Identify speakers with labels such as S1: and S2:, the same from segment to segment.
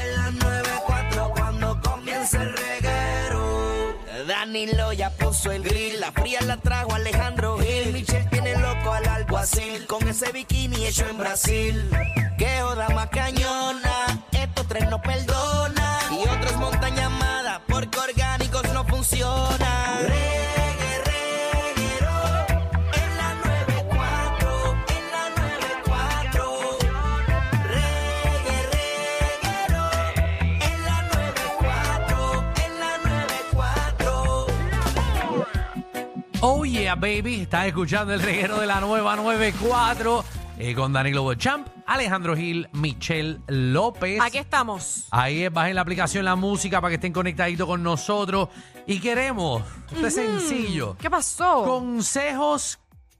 S1: En las 94 cuando comienza el reguero. Danilo ya puso el grill. La fría la trajo Alejandro Gil. Michelle tiene loco al alguacil. Con ese bikini hecho en Brasil. Que joda más cañona. Estos tres no perdonan. Y otros montan llamadas. Porque orgánicos no funcionan. Reggae, reguero. En la 94, en la 94. Reggae, reguero. En la 94, en la 94.
S2: Oh yeah, baby. Estás escuchando el reguero de la nueva 94 eh, con Danilo Bochamp, Alejandro Gil, Michelle López.
S3: Aquí estamos.
S2: Ahí es, bajen la aplicación La Música para que estén conectaditos con nosotros. Y queremos, esto es sencillo,
S3: ¿Qué pasó?
S2: consejos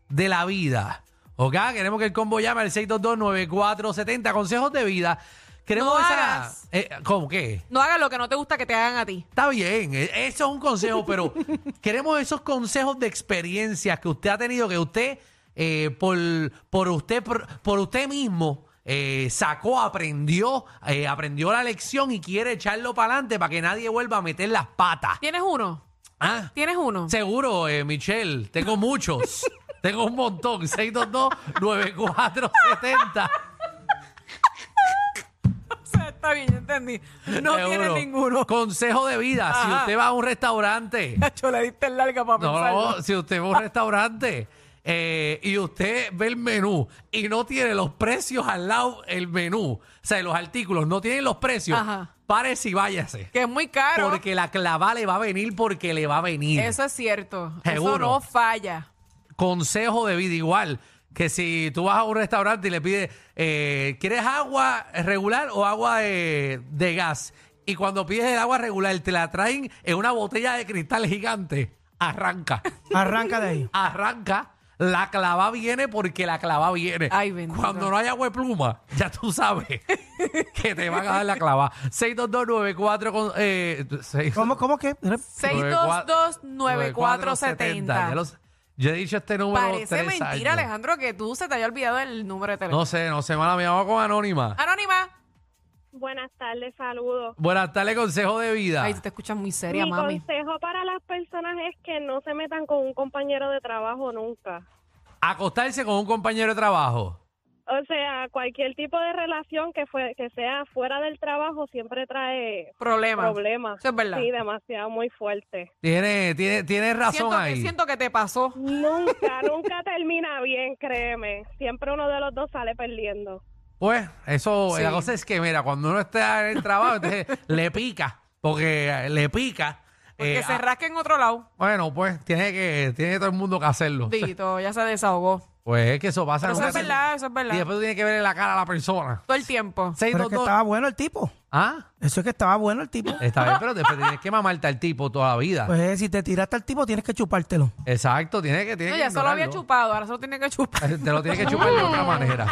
S2: de la vida. ¿Ok? Queremos que el combo llame al 622-9470. Consejos de vida. Queremos
S3: No
S2: esa-
S3: hagas.
S2: eh, ¿Cómo qué?
S3: No hagas lo que no te gusta que te hagan a ti.
S2: Está bien, e- eso es un consejo, pero queremos esos consejos de experiencias que usted ha tenido, que usted, eh, por, por usted, por, por usted mismo, eh, sacó, aprendió, eh, aprendió la lección y quiere echarlo para adelante para que nadie vuelva a meter las patas.
S3: ¿Tienes uno?
S2: Ah,
S3: ¿Tienes uno?
S2: seguro, eh, Michelle, tengo muchos. tengo un montón. 622-9470.
S3: O sea, está bien, yo entendí. No
S2: Seguro.
S3: tienes ninguno.
S2: Consejo de vida. Si
S3: Ajá.
S2: usted va a un restaurante.
S3: Cacho, le diste el larga para
S2: No,
S3: pensarlo.
S2: no, si usted va a un restaurante eh, y usted ve el menú y no tiene los precios al lado, el menú, o sea, los artículos no tienen los precios,
S3: Ajá.
S2: párese y váyase.
S3: Que es muy caro.
S2: Porque la clava le va a venir porque le va a venir.
S3: Eso es cierto.
S2: Seguro.
S3: Eso no falla.
S2: Consejo de vida igual. Que si tú vas a un restaurante y le pides, eh, ¿quieres agua regular o agua de, de gas? Y cuando pides el agua regular, te la traen en una botella de cristal gigante. Arranca.
S4: Arranca de ahí.
S2: arranca, la clava viene porque la clava viene.
S3: Ay, bendito.
S2: Cuando no hay agua de pluma, ya tú sabes que te van a dar la clava. 62294 con eh, seis-
S4: ¿Cómo, cómo que?
S3: 622-9470.
S2: Ya los- Yo he dicho este número
S3: Parece
S2: tres
S3: mentira,
S2: años.
S3: Alejandro, que tú se te haya olvidado el número de teléfono.
S2: No sé, no sé, mala mía, vamos con Anónima.
S3: Anónima.
S5: Buenas tardes, saludos.
S2: Buenas tardes, consejo de vida.
S3: Ay, tú te escuchas muy seria,
S5: Mi
S3: mami.
S5: consejo para las personas es que no se metan con un compañero de trabajo nunca.
S2: Acostarse con un compañero de trabajo.
S5: O sea, cualquier tipo de relación que fue que sea fuera del trabajo siempre trae
S3: Problema.
S5: problemas.
S3: Eso es verdad.
S5: Sí, demasiado muy fuerte.
S2: Tiene, tiene, tiene razón
S3: Siento que,
S2: ahí.
S3: siento que te pasó.
S5: Nunca, nunca termina bien, créeme. Siempre uno de los dos sale perdiendo.
S2: Pues, eso,
S3: Sí.
S2: la cosa es que, mira, cuando uno está en el trabajo, entonces le pica, porque eh, le pica.
S3: Porque
S2: eh,
S3: se
S2: ah,
S3: rasca en otro lado.
S2: bueno, pues tiene que, tiene todo el mundo que hacerlo.
S3: Dito, ya se desahogó.
S2: Pues es que eso pasa.
S3: Pero eso
S2: nunca
S3: es
S2: se-
S3: verdad, eso es verdad.
S2: Y después tú tienes que ver en la cara a la persona.
S3: Todo el tiempo.
S4: Pero es que
S2: 622.
S4: estaba bueno el tipo.
S2: Ah,
S4: Eso es que estaba bueno el tipo.
S2: está bien, pero después tienes que mamarte al tipo toda la vida.
S4: Pues si te tiraste al tipo, tienes que chupártelo.
S2: Exacto, tiene que. Tiene
S3: No,
S2: que
S3: ya solo había
S2: ignorarlo.
S3: chupado, ahora solo tiene que chupar.
S2: Te lo tienes que chupar de otra manera.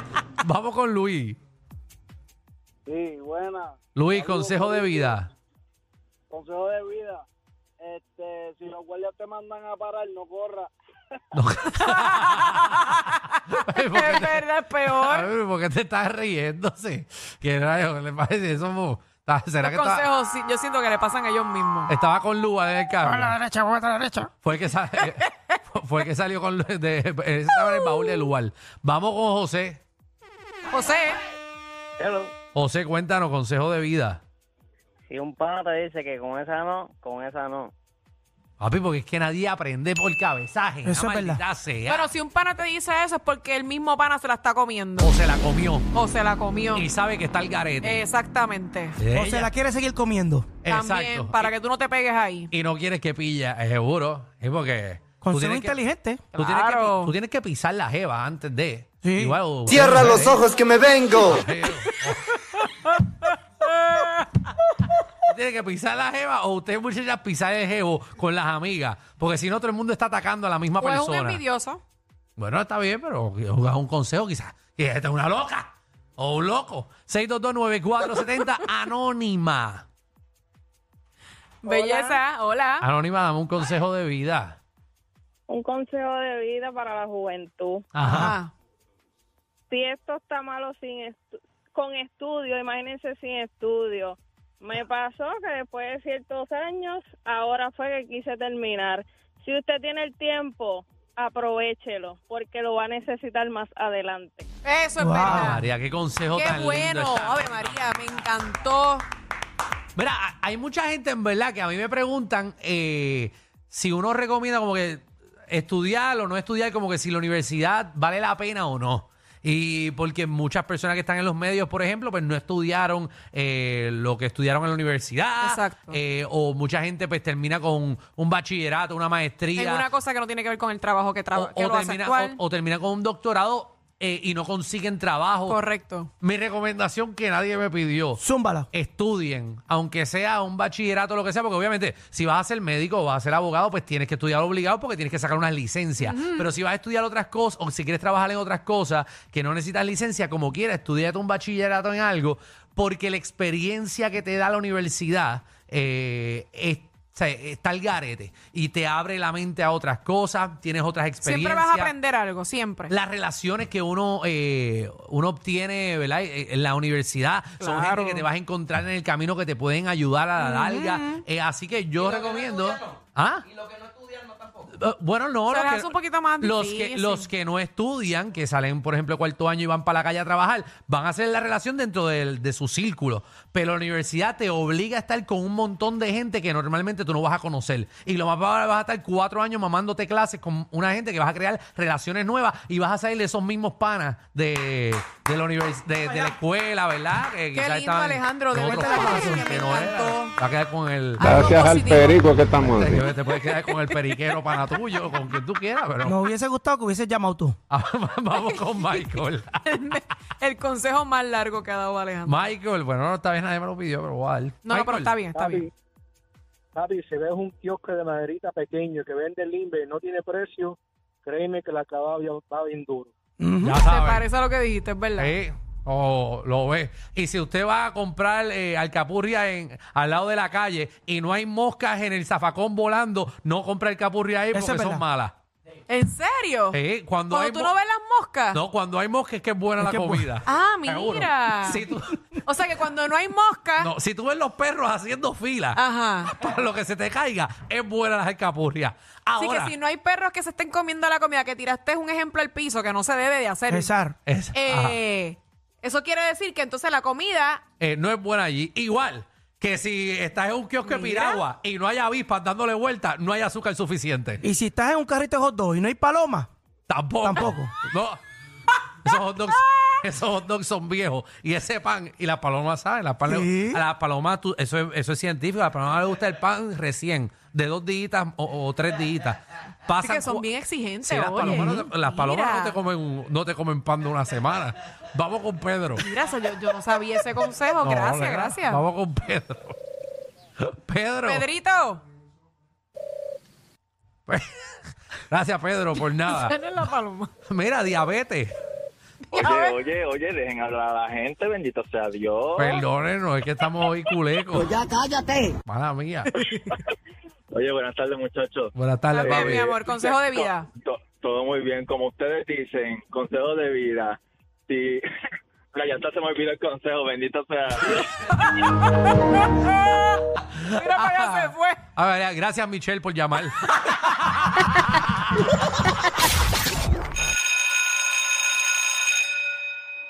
S2: Vamos con Luis.
S6: Sí, buena.
S2: Luis,
S6: Saludos,
S2: consejo de
S6: Luis.
S2: vida.
S6: Consejo de vida. Este, si los guardias te mandan a parar, no corra.
S2: No.
S3: es verdad, es peor.
S2: Ay, ¿Por qué te estás riéndose? ¿Qué rayo le parece? Eso mo- ta- ¿Será
S3: Los
S2: que estaba,
S3: consejos, sí, yo siento que le pasan a ellos mismos.
S2: estaba con Luba en el
S4: A la
S2: carro?
S4: derecha, voy a la derecha.
S2: Fue el que, sa- eh, fue el que salió con Lu- de, eh, estaba en el baúl del lugar. Vamos con José. Eh,
S3: José,
S7: Hello.
S2: José, cuéntanos, consejo de vida.
S7: Si un pana te dice que con esa no, con esa no.
S2: Papi, porque es que nadie aprende por cabezaje.
S4: Eso
S2: ah,
S4: es verdad.
S2: maldita sea.
S3: bueno, si un pana te dice eso es porque el mismo pana se la está comiendo.
S2: o se la comió
S3: O se la comió.
S2: y sabe que está el garete.
S3: Exactamente.
S2: Ella.
S4: O se la quiere seguir comiendo.
S2: Exacto.
S3: También, para que tú no te pegues ahí.
S2: Y no quieres que pilla, eh, seguro. Es porque
S4: Consejo
S2: tienes que-
S4: inteligente.
S2: Tú, tienes que,
S3: Claro.
S2: pi- tú tienes que pisar la jeva antes de.
S4: Sí.
S2: Igual, o-
S8: Cierra los ojos que me vengo.
S2: Tiene que pisar la jeva o usted muchachas pisar el jevo con las amigas. Porque si no, todo el mundo está atacando a la misma
S3: O es un
S2: persona.
S3: envidioso.
S2: Bueno, está bien, pero es un consejo quizás. Y esta es una loca o un loco. 6229470, anónima.
S3: Belleza, hola.
S2: Anónima, dame un consejo de vida.
S5: Un consejo de vida para la juventud.
S2: Ajá.
S3: Ah,
S5: Si esto está malo sin estu- con estudio, imagínense sin estudio. Me pasó que después de ciertos años, ahora fue que quise terminar. Si usted tiene el tiempo, aprovechelo, porque lo va a necesitar más adelante.
S3: Eso es
S4: Wow.
S2: Ave
S3: verdad.
S2: María, qué consejo
S3: Qué
S2: tan lindo
S3: bueno.
S2: está.
S3: Ave María, me encantó.
S2: Mira, a- hay mucha gente en verdad que a mí me preguntan eh, si uno recomienda como que estudiar o no estudiar, como que si la universidad vale la pena o no. Y porque muchas personas que están en los medios, por ejemplo, pues no estudiaron eh, lo que estudiaron en la universidad.
S3: Exacto.
S2: Eh, o mucha gente pues termina con un bachillerato, una maestría.
S3: En una cosa que no tiene que ver con el trabajo que,
S2: o,
S3: traba- que
S2: o
S3: lo hace
S2: termina,
S3: actual.
S2: o- o termina con un doctorado eh, y no consiguen trabajo.
S3: Correcto.
S2: Mi recomendación que nadie me pidió
S4: Zúmbala.
S2: Eh, estudien, aunque sea un bachillerato o lo que sea, porque obviamente si vas a ser médico o vas a ser abogado, pues tienes que estudiar obligado porque tienes que sacar unas licencias. Pero si vas a estudiar otras cosas o si quieres trabajar en otras cosas que no necesitas licencia, como quieras, estudiate un bachillerato en algo, porque la experiencia que te da la universidad eh, es- o sea, está al garete y te abre la mente a otras cosas, tienes otras experiencias
S3: Siempre vas a aprender algo, siempre.
S2: las relaciones que uno eh, uno obtiene ¿verdad? Eh, en la universidad son gente que te vas a encontrar en el camino que te pueden ayudar a la larga Eh, así que yo recomiendo ¿Ah? y lo que no estudian no tampoco Eh, bueno no
S3: Se
S2: los
S3: les
S2: que-
S3: hace un poquito más
S2: los que
S3: difícil.
S2: los que no estudian que salen por ejemplo cuarto año y van para la calle a trabajar van a hacer la relación dentro del- de su círculo pero la universidad te obliga a estar con un montón de gente que normalmente tú no vas a conocer y lo más probable vas a estar cuatro años mamándote clases con una gente que vas a crear relaciones nuevas y vas a salir de esos mismos panas de, de la univers- de, de la escuela ¿verdad? Que quizás
S3: lindo,
S2: estaban
S3: Alejandro, de
S2: en
S3: verdad,
S2: otros pasos
S3: que me
S2: que no era.
S3: encantó. Ah,
S2: Va a quedar con el
S3: Algo
S9: Gracias al
S3: positivo.
S9: perico que estamos haciendo.
S2: te puedes quedar con el periquero para tuyo, con quien tú quieras, pero Ah,
S4: Nos hubiese gustado que hubieses llamado tú.
S2: Vamos con Michael.
S3: el consejo más largo que ha dado Alejandro.
S2: Michael, bueno, no, esta vez nadie me lo pidió, pero voy a dar.
S3: No, no, pero
S2: Michael.
S3: está bien, está bien.
S6: Papi, si ves un kiosco de maderita pequeño que vende limbe y no tiene precio, créeme que la acababa va bien duro.
S4: Ujú.
S2: Ya
S3: Se
S2: sabes.
S3: parece a lo que dijiste, es verdad.
S2: Sí, o lo ves. Y si usted va a comprar eh, alcapurria en, al lado de la calle y no hay moscas en el zafacón volando, no compra alcapurria ahí
S4: Eso es
S2: porque son
S4: verdad.
S2: malas.
S3: ¿En serio?
S2: Sí, cuando,
S3: Cuando
S2: eh, hay
S3: tú
S2: mo-
S3: no ves las moscas.
S2: No, cuando hay moscas es que es buena
S4: Es
S2: la
S4: que es bu-
S2: comida.
S3: Ah,
S2: Seguro.
S3: mira.
S2: Si tú,
S3: O sea que cuando no hay moscas.
S2: no, si tú ves los perros haciendo fila
S3: Ah, Ajá.
S2: para lo que se te caiga, es buena las alcapurrias.
S3: Así
S2: Ahora,
S3: que si no hay perros que se estén comiendo la comida, que tiraste un ejemplo al piso que no se debe de hacer.
S4: Cesar.
S2: es- ajá.
S3: Eh, eso quiere decir que entonces la comida
S2: eh, no es buena allí. Igual que si estás en un kiosco de
S3: Mira.
S2: piragua y no hay avispas dándole vuelta, no hay azúcar suficiente.
S4: Y si estás en un carrito de hot dog y no hay paloma,
S2: Tampoco.
S4: Tampoco.
S2: No. Esos hot dogs. esos hot dogs son viejos. Y ese pan, y las palomas saben, las palomas,
S4: Sí.
S2: a las palomas tú- eso, es, eso es científico, a las palomas les gusta el pan recién, de dos días o, o tres días.
S3: así
S2: Pasan
S3: que son
S2: cua-
S3: bien exigentes.
S2: Sí, las
S3: oye.
S2: palomas, no te, las palomas
S3: Mira.
S2: no, te comen, un- no te comen pan de una semana. Vamos con Pedro.
S3: Mira, eso yo, yo no sabía ese consejo.
S2: No,
S3: gracias,
S2: no,
S3: gracias.
S2: Vamos con Pedro. Pedro.
S3: Pedrito.
S2: Gracias, Pedro, por nada.
S3: Esa no es la paloma.
S2: Mira, diabetes.
S3: A ver.
S7: oye, oye, dejen hablar a la gente, bendito sea Dios.
S3: Pues-
S2: Perdónenos, es que estamos hoy culecos.
S1: Pues Ya cállate.
S2: Mala mía.
S7: Oye, buenas tardes, muchachos.
S2: Buenas tardes,
S3: Bien, mi
S2: papi.
S3: amor, consejo de vida.
S7: To- todo muy bien, como ustedes dicen, consejo de vida. Si la llanta se me olvidó el consejo, bendito sea Dios.
S3: Mira, para allá se fue.
S2: A ver, gracias, Michelle, por llamar.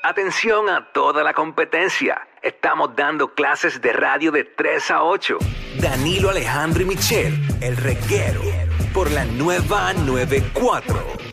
S1: Atención a toda la competencia. Estamos dando clases de radio de 3 a 8. Danilo Alejandro y Michelle, el reguero, por la nueva 94.